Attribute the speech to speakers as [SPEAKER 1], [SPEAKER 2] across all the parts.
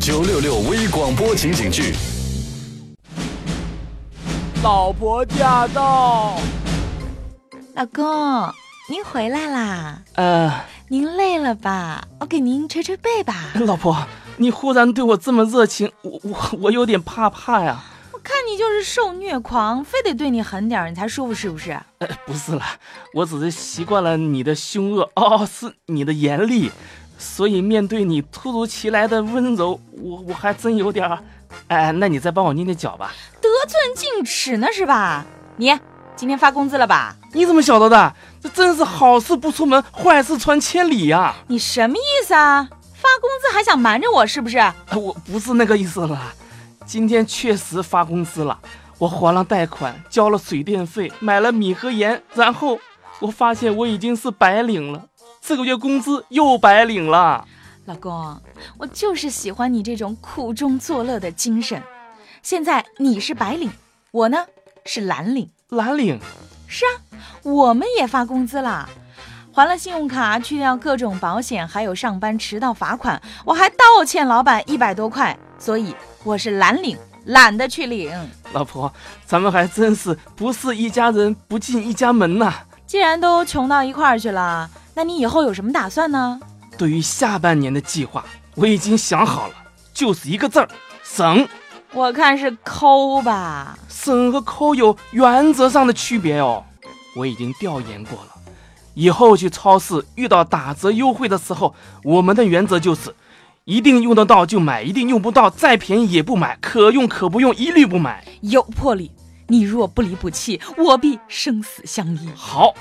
[SPEAKER 1] 九六六微广播情景剧，
[SPEAKER 2] 老婆驾到！
[SPEAKER 3] 老公，您回来啦？
[SPEAKER 2] 呃，
[SPEAKER 3] 您累了吧？我给您捶捶背吧。
[SPEAKER 2] 老婆，你忽然对我这么热情，我我我有点怕怕呀。
[SPEAKER 3] 我看你就是受虐狂，非得对你狠点儿你才舒服，是不是？
[SPEAKER 2] 呃，不是啦，我只是习惯了你的凶恶，哦，是你的严厉，所以面对你突如其来的温柔，我我还真有点儿……哎，那你再帮我捏捏脚吧。
[SPEAKER 3] 得寸进尺呢是吧？你今天发工资了吧？
[SPEAKER 2] 你怎么晓得的？这真是好事不出门，坏事传千里呀、
[SPEAKER 3] 你什么意思啊？发工资还想瞒着我是不是？
[SPEAKER 2] 呃 我不是那个意思啦，今天确实发工资了，我还了贷款，交了水电费，买了米和盐，然后我发现我已经是白领了，这个月工资又白领了。
[SPEAKER 3] 老公，我就是喜欢你这种苦中作乐的精神。现在你是白领，我呢是蓝领。
[SPEAKER 2] 蓝领，
[SPEAKER 3] 是啊，我们也发工资啦，还了信用卡，去掉各种保险，还有上班迟到罚款，我还倒欠老板一百多块，所以我是蓝领，懒得去领。
[SPEAKER 2] 老婆，咱们还真是不是一家人不进一家门呐、
[SPEAKER 3] 既然都穷到一块儿去了，那你以后有什么打算呢？
[SPEAKER 2] 对于下半年的计划，我已经想好了，就是一个字儿，省。
[SPEAKER 3] 我看是抠吧。
[SPEAKER 2] 省和抠有原则上的区别哦。我已经调研过了，以后去超市遇到打折优惠的时候，我们的原则就是，一定用得到就买，一定用不到再便宜也不买，可用可不用一律不买。
[SPEAKER 3] 有魄力，你若不离不弃，我必生死相依。
[SPEAKER 2] 好，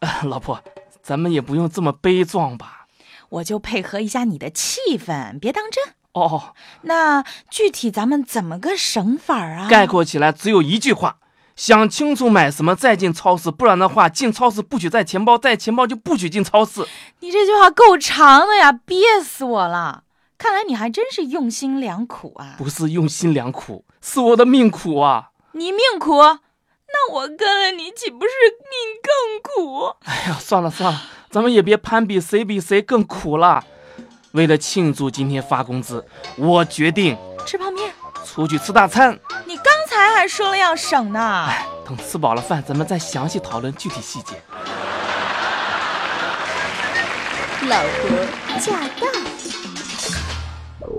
[SPEAKER 2] 呃老婆，咱们也不用这么悲壮吧？
[SPEAKER 3] 我就配合一下你的气氛，别当真。
[SPEAKER 2] 哦，
[SPEAKER 3] 那具体咱们怎么个省法儿啊？
[SPEAKER 2] 概括起来只有一句话。想清楚买什么再进超市，不然的话进超市不许带钱包，带钱包就不许进超市。
[SPEAKER 3] 你这句话够长的呀，憋死我了！看来你还真是用心良苦啊。
[SPEAKER 2] 不是用心良苦，是我的命苦啊。
[SPEAKER 3] 你命苦，那我跟了你岂不是命更苦？
[SPEAKER 2] 哎呀，算了算了，咱们也别攀比谁比谁更苦了。为了庆祝今天发工资，我决定
[SPEAKER 3] 吃泡面，
[SPEAKER 2] 出去吃大餐。
[SPEAKER 3] 你刚才还说了要省呢。
[SPEAKER 2] 哎，等吃饱了饭，咱们再详细讨论具体细节。
[SPEAKER 4] 老婆驾到！